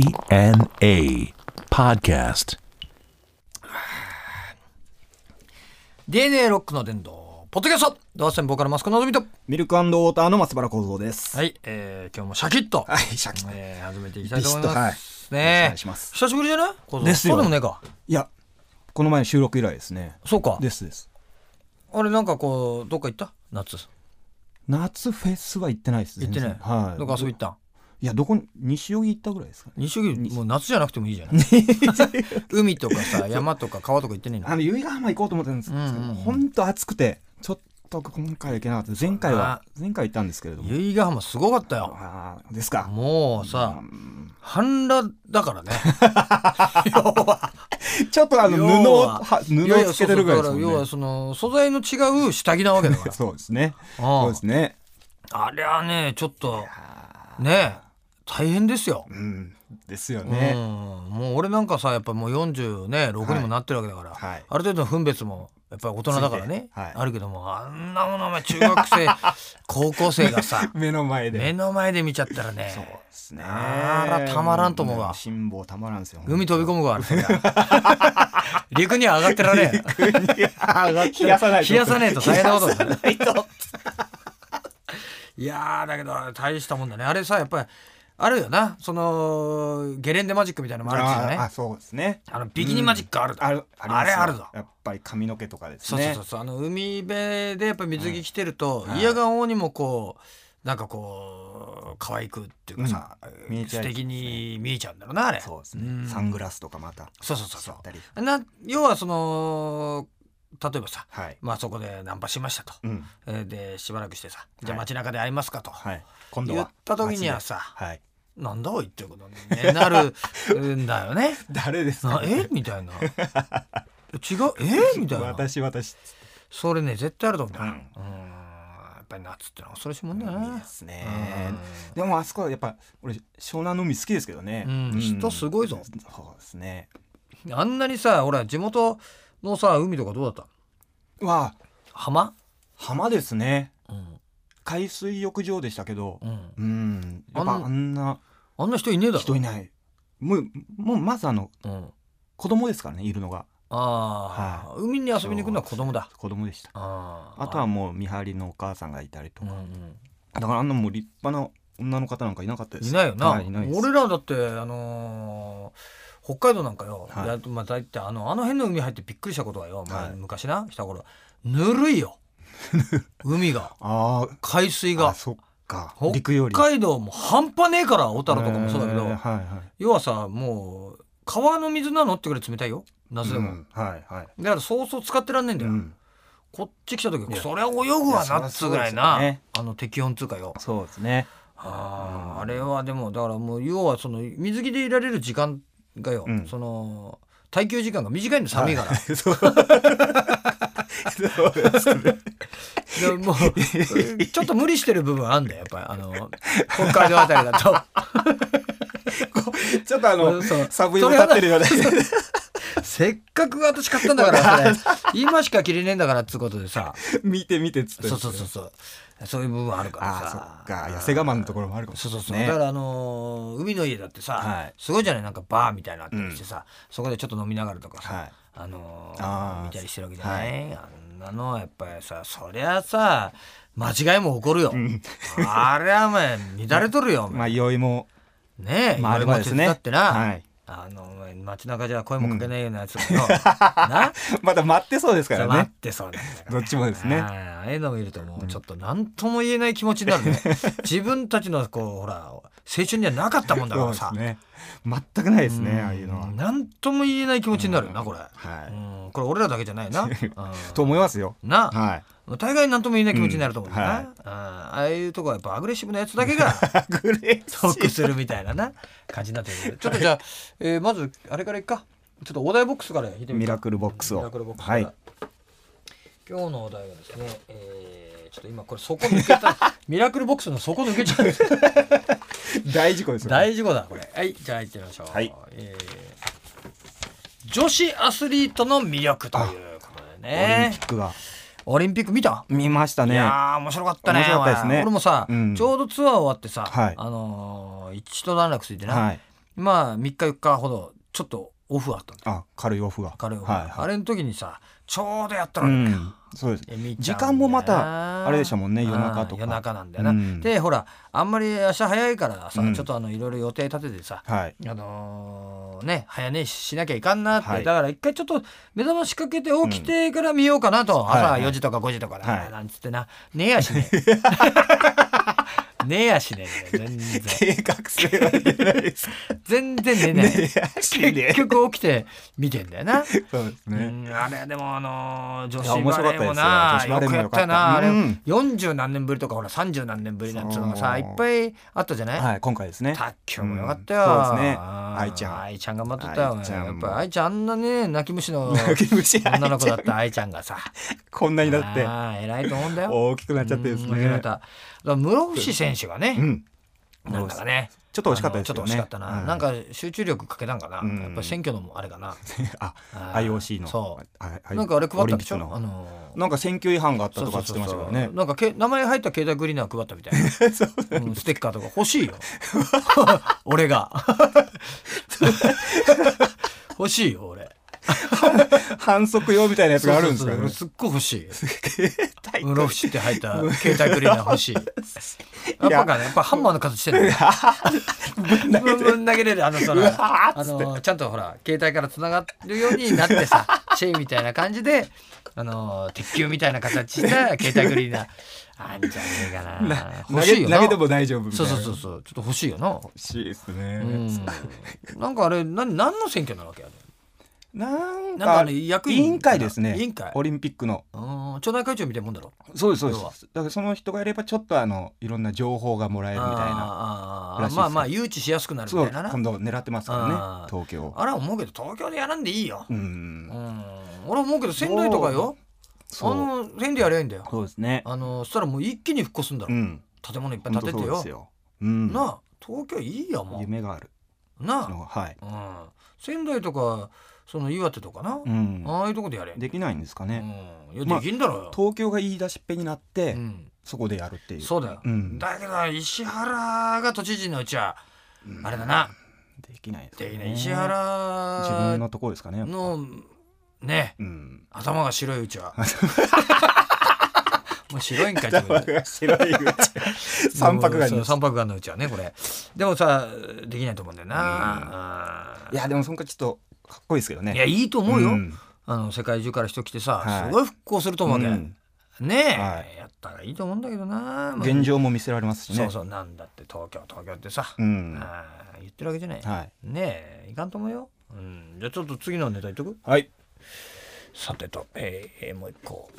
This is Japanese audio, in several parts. DNA Podcast. DNA ロックの伝道、ポッドキャスト、ドアステンボーカルマスコのぞみと。ミルクウォーターの松原幸三です。はい、えー、今日もシャキッと、はいシャキッとえー始めていきたいと思いビシッとはまいす。よろしくおね願いします久しぶりじゃない小僧ですよそうでもねえか。いや、この前の収録以来ですね。そうか。ですです。あれ、なんかこう、どっか行った夏。夏フェスは行ってないですね。行ってない。はい。どっか遊び行ったんいや、どこに、西荻行ったぐらいですかね。西荻もう夏じゃなくてもいいじゃ ない海とかさ、山とか川とか行ってねえのあの、由比ヶ浜行こうと思ってたんですけうんうんうんど、ほんと暑くて、ちょっと今回は行けなかったです。前回は、前回行ったんですけれども。由比ヶ浜すごかったよ。ああ、ですか。もうさ、半裸だからね。 ちょっとあの、要布を、ははいやい 布をやつけてるぐらいでそうそうだかすもんねら要はその、素材の違う下着なわけだから。 そうですね。うんそうですね。あれはね、ちょっと、ねえ、大変ですよ。うん。ですようんね。もう俺なんかさやっぱもう46にもなってるわけだから、はいある程度の分別もやっぱり大人だからね、ついてはいあるけどもあんなものお前中学 生高校生がさ目の前で。目の前で見ちゃったらねそうですね。あらたまらんと思うわ辛抱たまらんですよ。海飛び込むわそり ゃ陸には上がってられん冷やさないと。冷やさねえと大変なこと冷やさないと。いやーだけど大したもんだねあれさやっぱりあるよなそのゲレンデマジックみたいなのもあるしねあああ、そうですね。のビキニマジックあるだ、ある、りますあれあるぞやっぱり髪の毛とかですそうね。そうそうそうあの海辺でやっぱ水着着てると、いやがおうにもこうなんかこう可愛くっていうかさ、うん見えちゃ素いますね敵に見えちゃうんだろうなあれそうですんね。サングラスとかまた。そうそうそうそったりうな要はその例えばさはい。まあそこでナンパしましたと、うん。えーでしばらくしてさじゃあはい街中で会いますかと、はい。今度は。言った時にはさ、はい。なんだおいっていうことにねな るんだよね誰ですなかえみたいな違うえみたいな私、私。それね絶対あると思うな、ううんん、やっぱり夏ってのは恐ろしいもんだいいなですね。でもあそこはやっぱ俺湘南の海好きですけどね、うん人すごいぞそうですねあんなにさほら地元のさ海とかどうだったわあ浜浜ですねうん、海水浴場でしたけどうん、うんやっぱあんあんなあんな人いねえだろ人いないもうもうまずあのうん、子供ですからねいるのがああ、海に遊びに行くのは子供だ子供でしたあーあとはもう見張りのお母さんがいたりとうんか、うんだからあんなもう立派な女の方なんかいなかったですいないよな、はい、いないです俺らだってあのー北海道なんかよ、はいだまあ、だいたいあのあの辺の海入ってびっくりしたことがよ、まあはい昔なした頃ぬるい よ海があー海水あがそっか陸よ北り海道も半端ねえから小樽とかもそうだけど、えーはいはい要はさもう川の水なのってぐらい冷たいよ夏でも、うんはいはいだからそうそう使ってらんねえんだよ、うんこっち来た時いやそりゃ泳ぐわなっつうぐらいな、いやそりゃそうですよねあの適温つうかよそうですねあ,、うんあれはでもだからもう要はその水着でいられる時間がよ、うんその耐久時間が短いんだよ寒いから、 はい そうそうですねでもうちょっと無理してる部分あんだよやっぱりあ の北海道あたりだと。ちょっとあのそうサブイも立ってるよねせっかく私買ったんだからそれ 今しか着れねえんだからっつうことでさ 見て見てっつってそうそうそうそうそういう部分あるからああそさっか痩せ我慢のところもあるかもしそれうなそいうそですう、ねだからあのー海の家だってさ、はいすごいじゃないなんかバーみたいなのあったりしてさ、そこでちょっと飲みながらとかさ、はいあのーあー見たりしてるわけじゃない、あんなのはやっぱりさそりゃさ間違いも起こるよ、あれはお前乱れとるよお前まあ酔いもねえ、まああれ今はででも手すね伝ってな、はい あのお前街中じゃ声もかけないようなやつもよ、なま だ待ってそうですから待っね。てそうなんだからどっちもですね。ああああいうのを見るともうちょっと何とも言えない気持ちになる ね自分たちのこうほら青春にはなかったもんだかそうらでさすね。全くないですうんね、ああいうのは。何とも言えない気持ちになるよなこれ、はいうんこれ俺らだけじゃない な、うんと思いますよ。な、はい。 大概何とも言えない気持ちになると思うんだよな、うんはいああああいうとこはやっぱアグレッシブなやつだけ がグレー得するみたいなな感じになってるちょっとじゃあ、えーまずあれからいっかちょっとお題ボックスから引いてみミるラクルボックスミラをクルボッ。クスかはらい。今日のお題はですね、えーちょっと今これ底抜け たミラクルボックスの底抜けちゃう大事故ですよ。大事故だこれはいじゃあ行ってみましょう、はいえー女子アスリートの魅力ということでオリンねピックが。オリンピック見た見ましたいね。やー面白かったね面白かったですねお前俺もさ、うんちょうどツアー終わってさ、はいあのー一度段落ついてな、はい。まあ3日4日ほどちょっとオフあったのあ軽いオフが軽いオフ、はいあはいれの時にさちょうどやったうのよ、んそうですえ見ち時ゃうんだよな間もまたあれでしたもんね夜中とうん夜か中なんだよな、うんでほらあんまり明日早いからさ、うんちょっとあのいろいろ予定立ててさ、はいあのーね早寝ししなきゃいかんなって、はいだから一回ちょっと目覚ましかけて起きてから見ようかなと、い朝はい4時とか5時とかだ、はいなんつってな寝や しね寝やしね全 然計画性は出ないです全然寝ない、 足で結局起きて見てんだよな、そうですうねんあれでもあのー女いや子面バ白かっレたーですよもな女子バよレーくもやっよかったたなあれうん40何年ぶりとかほら30何年ぶりなんつうのがさいそうっぱいあったじゃない、はい今回ですね卓球もよかったよ、うんそうですねあー愛ちゃん愛ちゃん頑張っとったよ愛ちゃやっんもぱ愛ちゃんあんなね泣き虫の 泣き虫愛ちゃん女の子だ った愛ちゃんがさこんなになってあー偉いと思うんだよ大きくなっちゃってですうん偉いねとだから室伏選手がうね、んなんだかねちょっと惜しかったですあのちょっと惜しよねかったな、はいなんか集中力かけたんかな、うんやっぱ選挙のあれかな ああー IOC のそううなんかあれ配ったんでしょ、あののーなんか選挙違反があったそうとかそうっつっそうてましたからねなんかけ名前入った携帯グリーナー配ったみた いなうんステッカーとか欲しいよ俺 が欲しいよ俺反則用みたいなやつがあるんですかそうそうそうねすっごい欲しい大室伏って入った携帯グリーナー欲しいやっぱかねやっぱハンマーの形してるねぶんぶん投げれるあのそうのわーっつあってのちゃんとほら携帯からつながるようになって さチェイみたいな感じであの鉄球みたいな形した携帯グリーナーあんじゃねえかな投欲しいげよな投げても大丈夫みたそいうなそうそうそうちょっと欲しいよな欲しいですうねんなんかあれ何何の選挙なわけあれななんんかかあれ役委員員会ですね委員会オリンピックのうん町内会長みたいなもんだろそうですそうで要はすだからその人がやればちょっとあのいろんな情報がもらえるみたいなあーあーあらーしいですまあまあ誘致しやすくなるみそたういなな今度狙ってますからあねー東京あれは思うけど東京でやらんでいいよううんん俺思うけど仙台とかよあそうの仙台やりゃいいんだよそうですねあのそしたらもう一気に復興すんだうろん建物いっぱい本当建ててそうでよすようんなあ東京いいよも夢があるうなのはいあうん仙台とかその岩手とかなうんああいうとこでやれできないんですかねうんいやできんだろよ東京が言い出しっぺになってうんそこでやるっていうそうだよ、うんだけど石原が都知事のうちはあれだな、できないですでよねね石自分原のところですかねやっぱのねうん頭が白いうち はもう白いんかい頭が白い 三白眼そうです三白眼のうちはねこれでもさできないと思うんだよな、うんいやでもそんかちょっとかっこいいですけどねいやいいと思うよ、うんあの世界中から人来てさ、はいすごい復興すると思うわけ、うんねえ、はやったらいいと思うんだけどな、まあ現状も見せられますしねそうそうなんだって東京東京ってさ、うんはあー言ってるわけじゃない、いねえいかんと思うよ、うん、じゃあちょっと次のネタ言っとくはい さてと、えーえーもう一個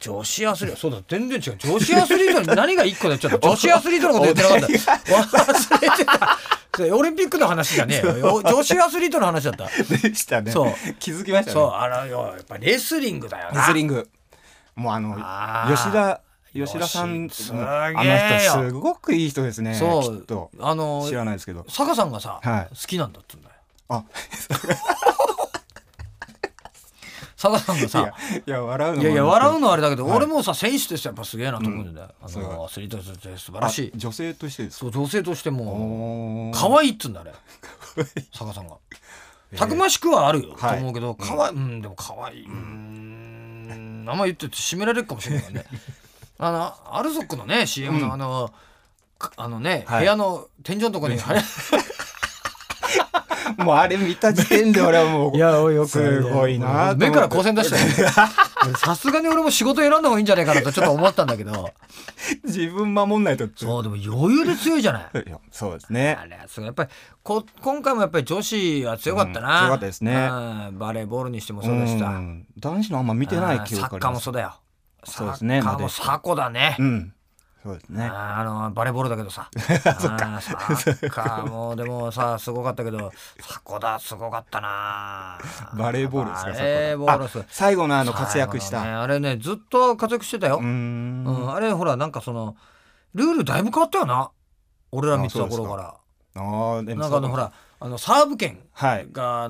女子アスリートそうだ全然違う女子アスリートに何が一個だよちょっ と女子アスリートのこと言ってなかった忘れてた それオリンピックの話じゃねえよ お女子アスリートの話だったでしたねそう 気づきました ねそうあらよやっぱレスリングだよレなスリングもうあのあー吉田吉田さんもう吉すげえよあの人すごくいい人ですねそきっとうあの知らないですけど坂さんがさ、はい好きなんだっつうんだよ あ坂さんがいやさいや笑うのもいやいやあれですけど笑うのはあれだけど、はい俺もさ選手としてやっぱすげえなと思うんだよ、あすごのアスリートとして素晴らしいあ女性としてですかそう女性としてもおー可愛いっつうん だあれ坂さんがたくましくはあるよ、はいと思うけど可愛い、うん、でも可愛いうんあんま言ってて締められるかもしれない からねあのアルソックのね CM のあの、かあのね、はい部屋の天井のとこにあれもうあれ見た時点で俺 はもうよすごいなと思って目から光線出したよ 俺さすがに俺も仕事選んだ方がいいんじゃないかなとちょっと思ったんだけ ど自分守んないとってそうでも余裕で強いじゃないいやそうですねあれはすごいやっぱりこ今回もやっぱり女子は強かったな、うん強かったですねうんバレーボールにしてもそうでした、ん男子のあんま見てない記サッ憶ありカーまもすそうだよそうですねサッカーもなでしこサコだね、うんそうですねあーあのバレーボールだけど さそっかサッカーもでもさすごかったけどサコだすごかったなバレーボールですかバレーボールですあ最後のあの活躍し最後たのねあれねずっと活躍してたよ、ううーんんあれほらなんかそのルールだいぶ変わったよな俺ら見てた頃からあーでもなんかあのほらあのサーブ権はいが、あ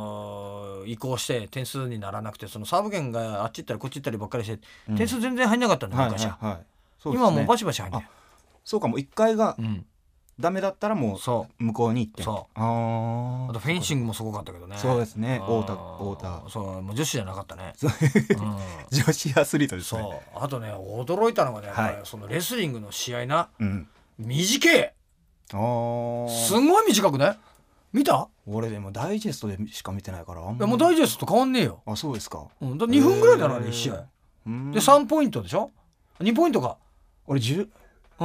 のー移行して点数にならなくてそのサーブ権があっち行ったりこっち行ったりばっかりしてうん点数全然入んなかったんだ、はいはい昔は、はいそうです今ねはもうバシバシ入んねそうかもう1回がうんダメだったらもそう向こうに行ってそあああとフェンシングもすごかったけどねそうですねあー太田太田そうもう女子じゃなかったね そううん女子アスリートですそうねあとね驚いたのがね、はいやっぱりそのレスリングの試合なうん短いああすごい短くね見た俺でもダイジェストでしか見てないからあんいまやもうダイジェストと変わんねえよ、あそうですかうん、だ2分ぐらいだな、ね、1試合うんで3ポイントでしょ2ポイントか俺10うんそう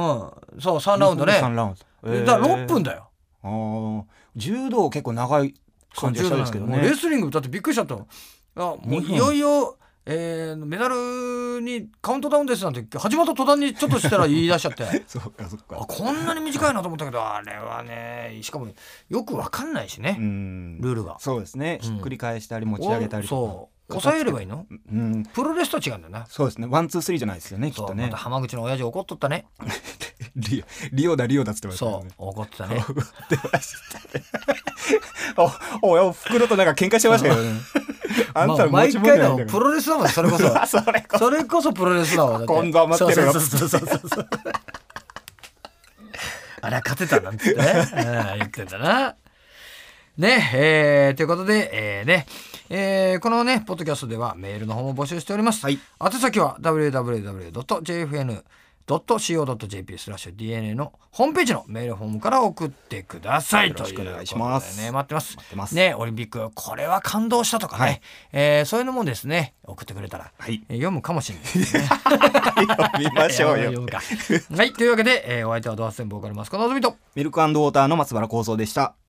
3ラウンドね3ラウンドへーだから6分だよあー柔道結構長い感じがしたんですけどもうレねスリングだってびっくりしちゃったよあもう二分いよいよ、えーメダルにカウントダウンですなんて始まった途端にちょっとしたら言い出しちゃって そうかそうあこんなに短いなと思ったけどあれはねしかもよくわかんないしうね、んルールがそうですねうんひっくり返したり持ち上げたりおとそう抑えればいいのかうんプロレスと違うんだよなそうですねワンツースリーじゃないですよねきっそうとまねた浜口の親父怒っとったねリオリオだリオだっつってましたそねう怒ってたねおおお袋となんか喧嘩してましたけどねあんまたあ持毎ち物回なだもいんだんかプロレスだもんそれこそらそれそれこそプロレスだわ。だって今度は待ってろよそうそうそうそうそうそう。あら、勝てたなんてね。うん言ってたな。ね、えーということで、えーね、えーこのね、ポッドキャストではメールの方も募集しております。はい宛先は www.jfn.co.jp スラッシュ DNA のホームページのメールフォームから送ってくださいよろしくお願いしますとうことでね、待ってます。ってますね、オリンピック、これは感動したとかね、はいえーそういうのもですね、送ってくれたら はいえー読むかもしれないですね。見ましょういや 読よむかはい、というわけで、えーお相手はドアステンボーカルマスコのぞみと。ミルクウォーターの松原幸三でした